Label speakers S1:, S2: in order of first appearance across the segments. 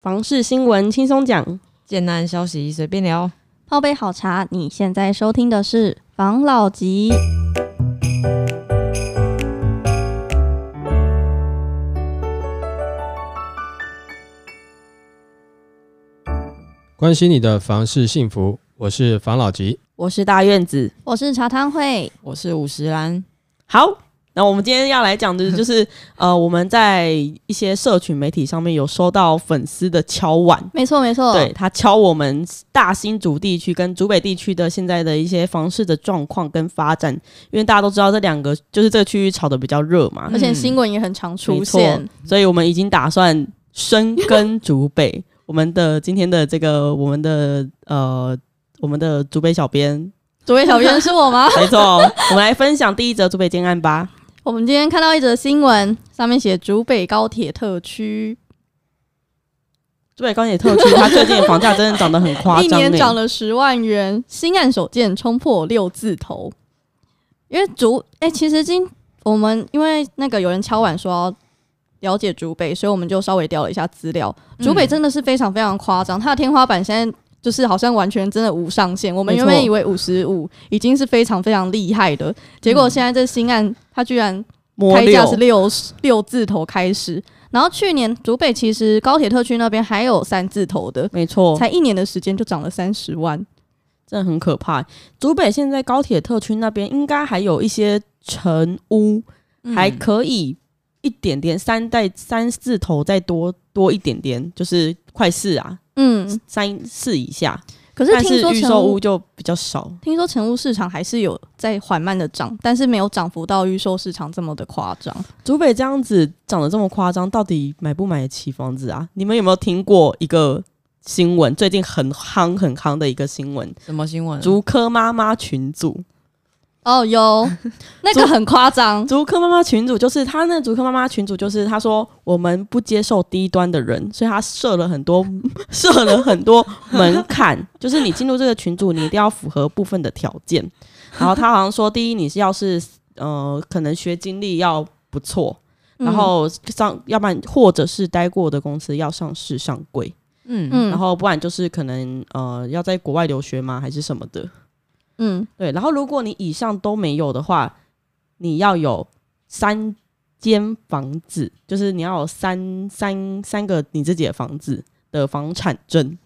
S1: 房事新闻轻松讲，
S2: 简单消息随便聊。
S3: 泡杯好茶，你现在收听的是防老集。
S4: 关心你的房事幸福，我是房老吉。
S1: 我是大院子。
S3: 我是茶汤会，
S2: 我是五十兰，
S1: 好，那我们今天要来讲的 就是，呃，我们在一些社群媒体上面有收到粉丝的敲碗。
S3: 没错没错，
S1: 对他敲我们大新竹地区跟竹北地区的现在的一些房市的状况跟发展，因为大家都知道这两个就是这个区域炒的比较热嘛，
S3: 而且新闻也很常出
S1: 没错
S3: 现。
S1: 所以我们已经打算深耕竹北。 我们的今天的这个，我们的呃，我们的竹北小编，
S3: 主位小编是我吗？
S1: 没错，我们来分享第一则竹北建案吧。
S3: 我们今天看到一则新闻，上面写竹北高铁特区
S1: 竹北高铁特 区，它最近的房价真的涨得很夸
S3: 一
S1: 张、欸，
S3: 年涨了十万元，新案首件冲破六字头。因为竹，哎、其实今我们因为那个有人敲碗说要了解竹北，所以我们就稍微调了一下资料。竹北
S2: 嗯
S3: 真的是非常非常夸张，它的天花板现在。就是好像完全真的无上限，我们
S1: 没
S3: 原
S1: 错
S3: 本以为五十五已经是非常非常厉害的，结果
S2: 嗯
S3: 现在这新案它居然
S1: 摸
S3: 开价
S1: 六
S3: 是六十六字头开始，然后去年竹北其实高铁特区那边还有三字头的，
S1: 没错，
S3: 才一年的时间就涨了三十万，
S1: 真的很可怕、欸竹北现在高铁特区那边应该还有一些城屋，
S3: 嗯
S1: 还可以一点点，三代三字头再多多一点点，就是快四啊，
S3: 嗯，
S1: 三四以下。
S3: 可是
S1: 但
S3: 听
S1: 是
S3: 说
S1: 预
S3: 成
S1: 售
S3: 屋
S1: 屋，就比较少，
S3: 听说成屋市场还是有在缓慢的涨，但是没有涨幅到预售市场这么的夸张。
S1: 竹北这样子涨得这么夸张，到底买不买得起房子啊？你们有没有听过一个新闻？最近很夯很夯的一个新闻，
S2: 什么新闻？啊
S1: 竹科妈妈群组。
S3: 哦， 有那个很夸张，
S1: 竹科妈妈群组就是他那竹科妈妈群组就是他说我们不接受低端的人，所以他设了很多 设了很多门槛，就是你进入这个群组，你一定要符合部分的条件。然后他好像说，第一你是要是呃，可能学经历要不错，
S3: 嗯
S1: 然后上，要不然或者是待过的公司要上市上柜，
S2: 嗯
S3: 嗯，嗯，
S1: 然后不然就是可能呃要在国外留学吗，还是什么的？
S3: 嗯，
S1: 对，然后如果你以上都没有的话，你要有三间房子，就是你要有三三三个你自己的房子的房产证，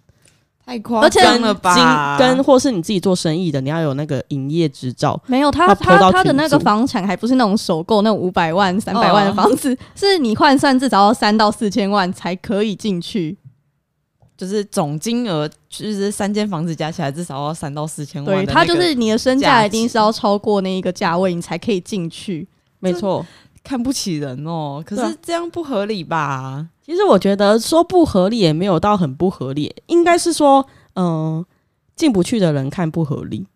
S2: 太夸张了吧？
S1: 跟跟或是你自己做生意的，你要有那个营业执照。
S3: 没有他
S1: 要
S3: 他
S1: 抛到
S3: 他的
S1: 群
S3: 那个
S1: 组
S3: 房产还不是那种首购那种五百万三百万的
S2: 哦
S3: 房子，是你换算至少要三到四千万才可以进去。
S2: 就是总金额，就是三间房子加起来至少要三到四千
S3: 对，
S2: 万嗯的那个。
S3: 他就是你的身价
S2: 价
S3: 一定是
S2: 值
S3: 要超过那一个价位，你才可以进去。
S1: 没错，
S2: 看不起人哦，可
S1: 对
S2: 是
S1: 啊
S2: 这样不合理吧？
S1: 其实我觉得说不合理也没有到很不合理，应该是说，嗯、进不去的人看不合理，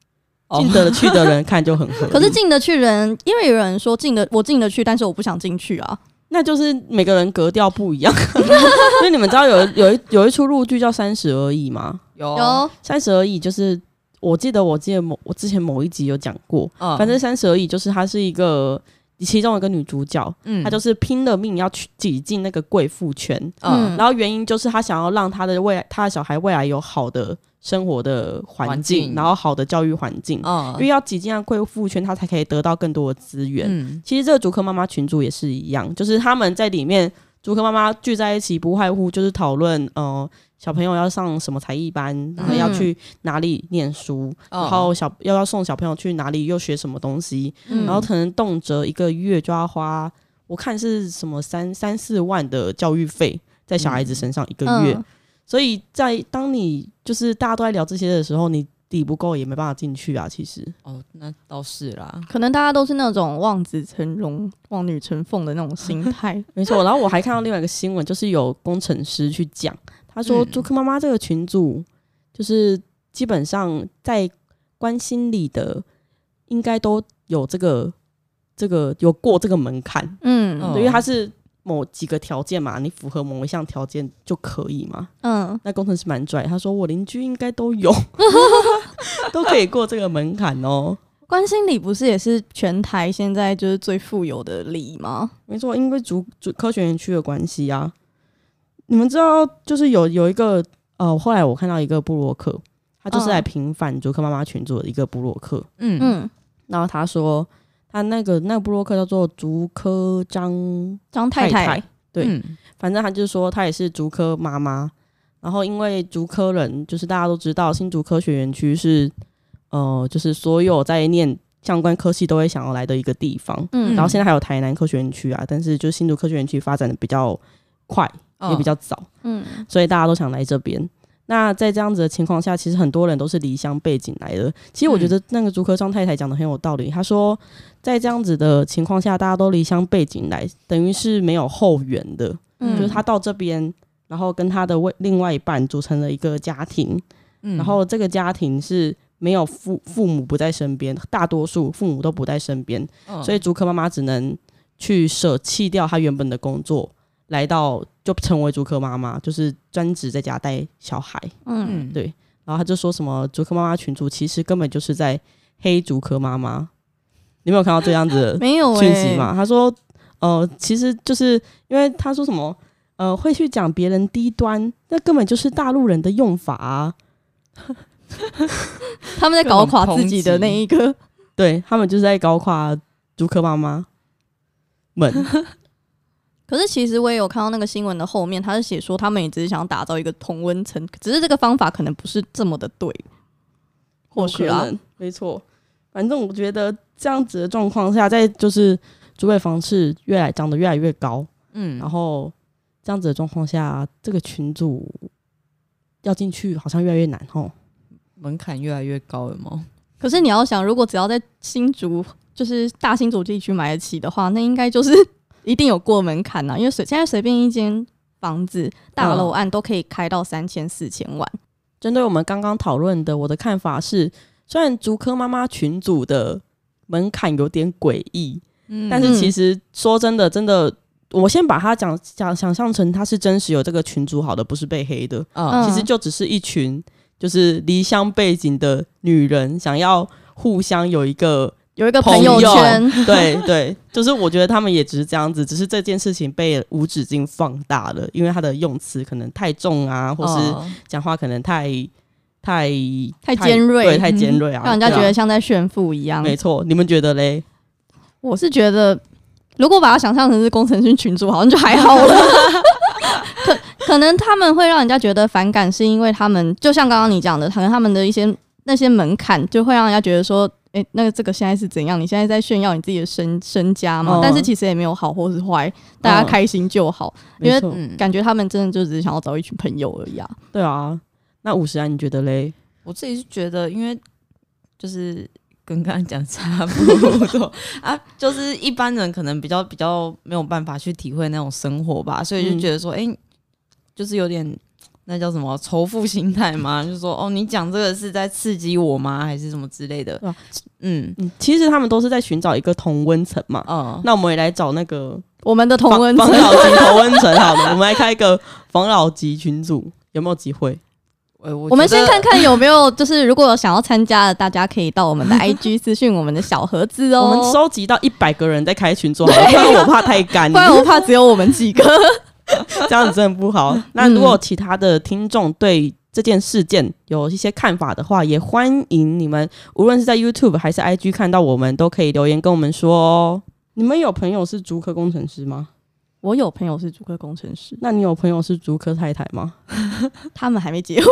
S2: 哦
S1: 进得去的人看就很合理。
S3: 可是进得去人，因为有人说进得我进得去，但是我不想进去啊。
S1: 那就是每个人格调不一样， 因为你们知道有有一有一出陆剧叫《三十而已》吗？
S2: 有
S3: 有
S1: 《三十而已》就是我记得我记得某我之前某一集有讲过，
S2: 嗯
S1: 反正《三十而已》就是她是一个其中一个女主角，
S2: 嗯
S1: 她就是拼了命要去挤进那个贵妇圈，
S3: 嗯
S1: 然后原因就是她想要让她的未来，她的小孩未来有好的生活的环
S2: 环
S1: 境，
S2: 境
S1: 然后好的教育环境，因为
S2: 嗯
S1: 要挤进那贵妇圈，她才可以得到更多的资源。
S2: 嗯
S1: 其实这个竹科妈妈群主也是一样，就是他们在里面竹科妈妈聚在一起，不外乎就是讨论呃小朋友要上什么才艺班，然后要去哪里念书，
S2: 嗯
S1: 然后小要要送小朋友去哪里又学什么东西，
S3: 嗯
S1: 然后可能动辄一个月就要花，我看是什么三三四万的教育费在小孩子身上一个月，
S3: 嗯
S1: 所以在当你就是大家都在聊这些的时候，你底不够也没办法进去啊，其实。
S2: 哦，那倒是啦。
S3: 可能大家都是那种望子成龙、望女成凤的那种心 态。
S1: 没错，然后我还看到另外一个新闻，就是有工程师去讲，他说
S2: 嗯
S1: 朱克妈妈这个群组，就是基本上在关心里的，应该都有这个这个有过这个门槛，
S3: 嗯
S2: 哦
S1: 对因为它是某几个条件嘛，你符合某一项条件就可以嘛。
S3: 嗯，
S1: 那工程师蛮拽，他说我邻居应该都 有， 都可以过这个门槛哦。
S3: 关心里不是也是全台现在就是最富有的里吗？
S1: 没错，因为主主科学园区的关系啊，你们知道，就是有有一个呃，后来我看到一个布洛克，他就是
S3: 嗯
S1: 来平反竹科妈妈群组的一个布洛克，
S2: 嗯嗯，
S3: 嗯，
S1: 然后他说他那个那个布洛克叫做竹科张
S3: 张太
S1: 太
S3: 太，
S1: 对
S2: 嗯
S1: 反正他就是说他也是竹科妈妈。然后因为竹科人，就是大家都知道新竹科学园区是，呃，就是所有在念相关科系都会想要来的一个地方。
S3: 嗯
S1: 然后现在还有台南科学园区啊，但是就是新竹科学园区发展的比较快，
S2: 哦
S1: 也比较早，
S3: 嗯
S1: 所以大家都想来这边。那在这样子的情况下，其实很多人都是离乡背景来的。其实我觉得那个竹科张太太讲的很有道理，她说在这样子的情况下，大家都离乡背景来，等于是没有后援的。
S3: 嗯，
S1: 就是他到这边，然后跟他的外另外一半组成了一个家庭，
S2: 嗯
S1: 然后这个家庭是没有父父母不在身边，大多数父母都不在身边，所以
S2: 以
S1: 竹科妈妈只能去舍弃掉她原本的工作，来到就成为竹科妈妈，就是专职在家带小孩。
S3: 嗯
S2: 嗯
S1: 对然后他就说什么竹科妈妈群主其实根本就是在黑竹科妈妈，你没有看到这样子的
S3: 没有
S1: 讯
S3: 欸
S1: 息嗯嘛，他说，呃，其实就是因为他说什么，呃，会去讲别人低端，那根本就是大陆人的用法啊。
S3: 他们在搞垮自己的那一个，
S1: 对他们就是在搞垮竹科妈妈们，
S3: 可是其实我也有看到那个新闻的后面，他是写说他们也只是想打造一个同温层，只是这个方法可能不是这么的对， 或许
S1: 有
S3: 啊
S1: 可，能，没错。反正我觉得这样子的状况下，在就是竹北房市越来长得越来越高，
S2: 嗯
S1: 然后这样子的状况下，这个群主要进去好像越来越难哦。
S2: 门槛越来越高了吗？
S3: 可是你要想，如果只要在新竹，就是大新竹地区买得起的话，那应该就是一定有过门槛呐、啊因为随现在随便一间房子、大楼按都可以开到三千四千万。
S1: 针对我们刚刚讨论的，我的看法是，虽然竹科妈妈群组的门槛有点诡异，
S2: 嗯
S1: 但是其实说真的，真的，我先把它讲讲想象成它是真实有这个群组好的，不是被黑的，
S2: 嗯
S1: 其实就只是一群就是离乡背景的女人想要互相有一个。
S3: 有一个
S1: 朋
S3: 朋
S1: 友
S3: 友圈，
S1: 对对，就是我觉得他们也只是这样子，只是这件事情被无止境放大了，因为他的用词可能太重啊，或是
S2: 哦
S1: 讲话可能太太
S3: 太尖锐
S1: 对，太尖锐啊，
S3: 让人家
S1: 对
S3: 觉
S1: 啊
S3: 得像在炫富一样。
S1: 没错。你们觉得嘞？
S3: 我是觉得，如果把它想象成是工程师群主，好像就还好了。 可可能他们会让人家觉得反感，是因为他们就像刚刚你讲的，可能他们的一些那些门槛，就会让人家觉得说，诶，那个这个现在是怎样？你现在在炫耀你自己的身身家嘛？
S1: 嗯
S3: 但是其实也没有好或是坏，大家开心就好。因为
S1: 哦没错
S2: 嗯
S3: 感觉他们真的就只是想要找一群朋友而已啊。
S1: 对啊，那五十安你觉得嘞？
S2: 我自己是觉得，因为就是跟刚刚讲差不多啊，就是一般人可能比较比较没有办法去体会那种生活吧，
S3: 嗯
S2: 所以就觉得说，哎、就是有点那叫什么仇富心态嘛，就说哦，你讲这个是在刺激我吗，还是什么之类的
S1: 对啊？
S2: 嗯，
S1: 嗯，其实他们都是在寻找一个同温层嘛。
S2: 哦、
S1: 那我们也来找那个
S3: 我们的同
S1: 防
S3: 温
S1: 防
S3: 层，
S1: 老 级 同温层好了，我们来开一个防老级群组，有没有机会？
S2: 呃我
S3: 我们
S2: 觉
S3: 先
S2: 得
S3: 看看有没有，就是如果有想要参加的，大家可以到我们的 IG 私讯我们的小盒子 哦。
S1: 我们收集到一百个人在开群组好了，不然我怕太干
S3: 不，然我怕只有我们几个。
S1: 这样子真的不
S2: 嗯
S1: 好。那如果其他的听众对这件事件有一些看法的话，也欢迎你们，无论是在 YouTube 还是 IG 看到我们，都可以留言跟我们说哦。你们有朋友是竹科工程师吗？
S3: 我有朋友是主科工程 师，
S1: 那你有朋友是竹科太太吗？
S3: 他们还没结婚。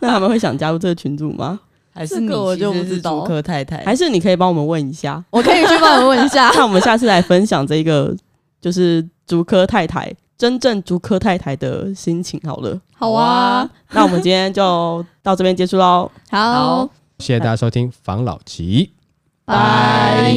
S1: 那他们会想加入这个群组 吗？
S2: 还是
S3: 这
S2: 你
S3: 个我
S2: 其实
S3: 就不
S2: 是
S3: 知道
S2: 竹科太太，
S1: 还是你可以帮我们问一下？。
S3: 我可以去帮你问一下
S1: 那我们下次来分享这个，就是竹科太太真正竹科太太的心情好了。
S3: 好啊，
S1: 那我们今天就到这边结束喽。
S3: 好
S2: 好，
S4: 谢谢大家收听防老集。
S3: 拜。